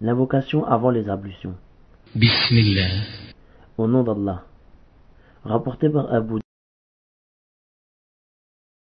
L'invocation avant les ablutions. بسم الله Au nom d'Allah. Rapporté par Abu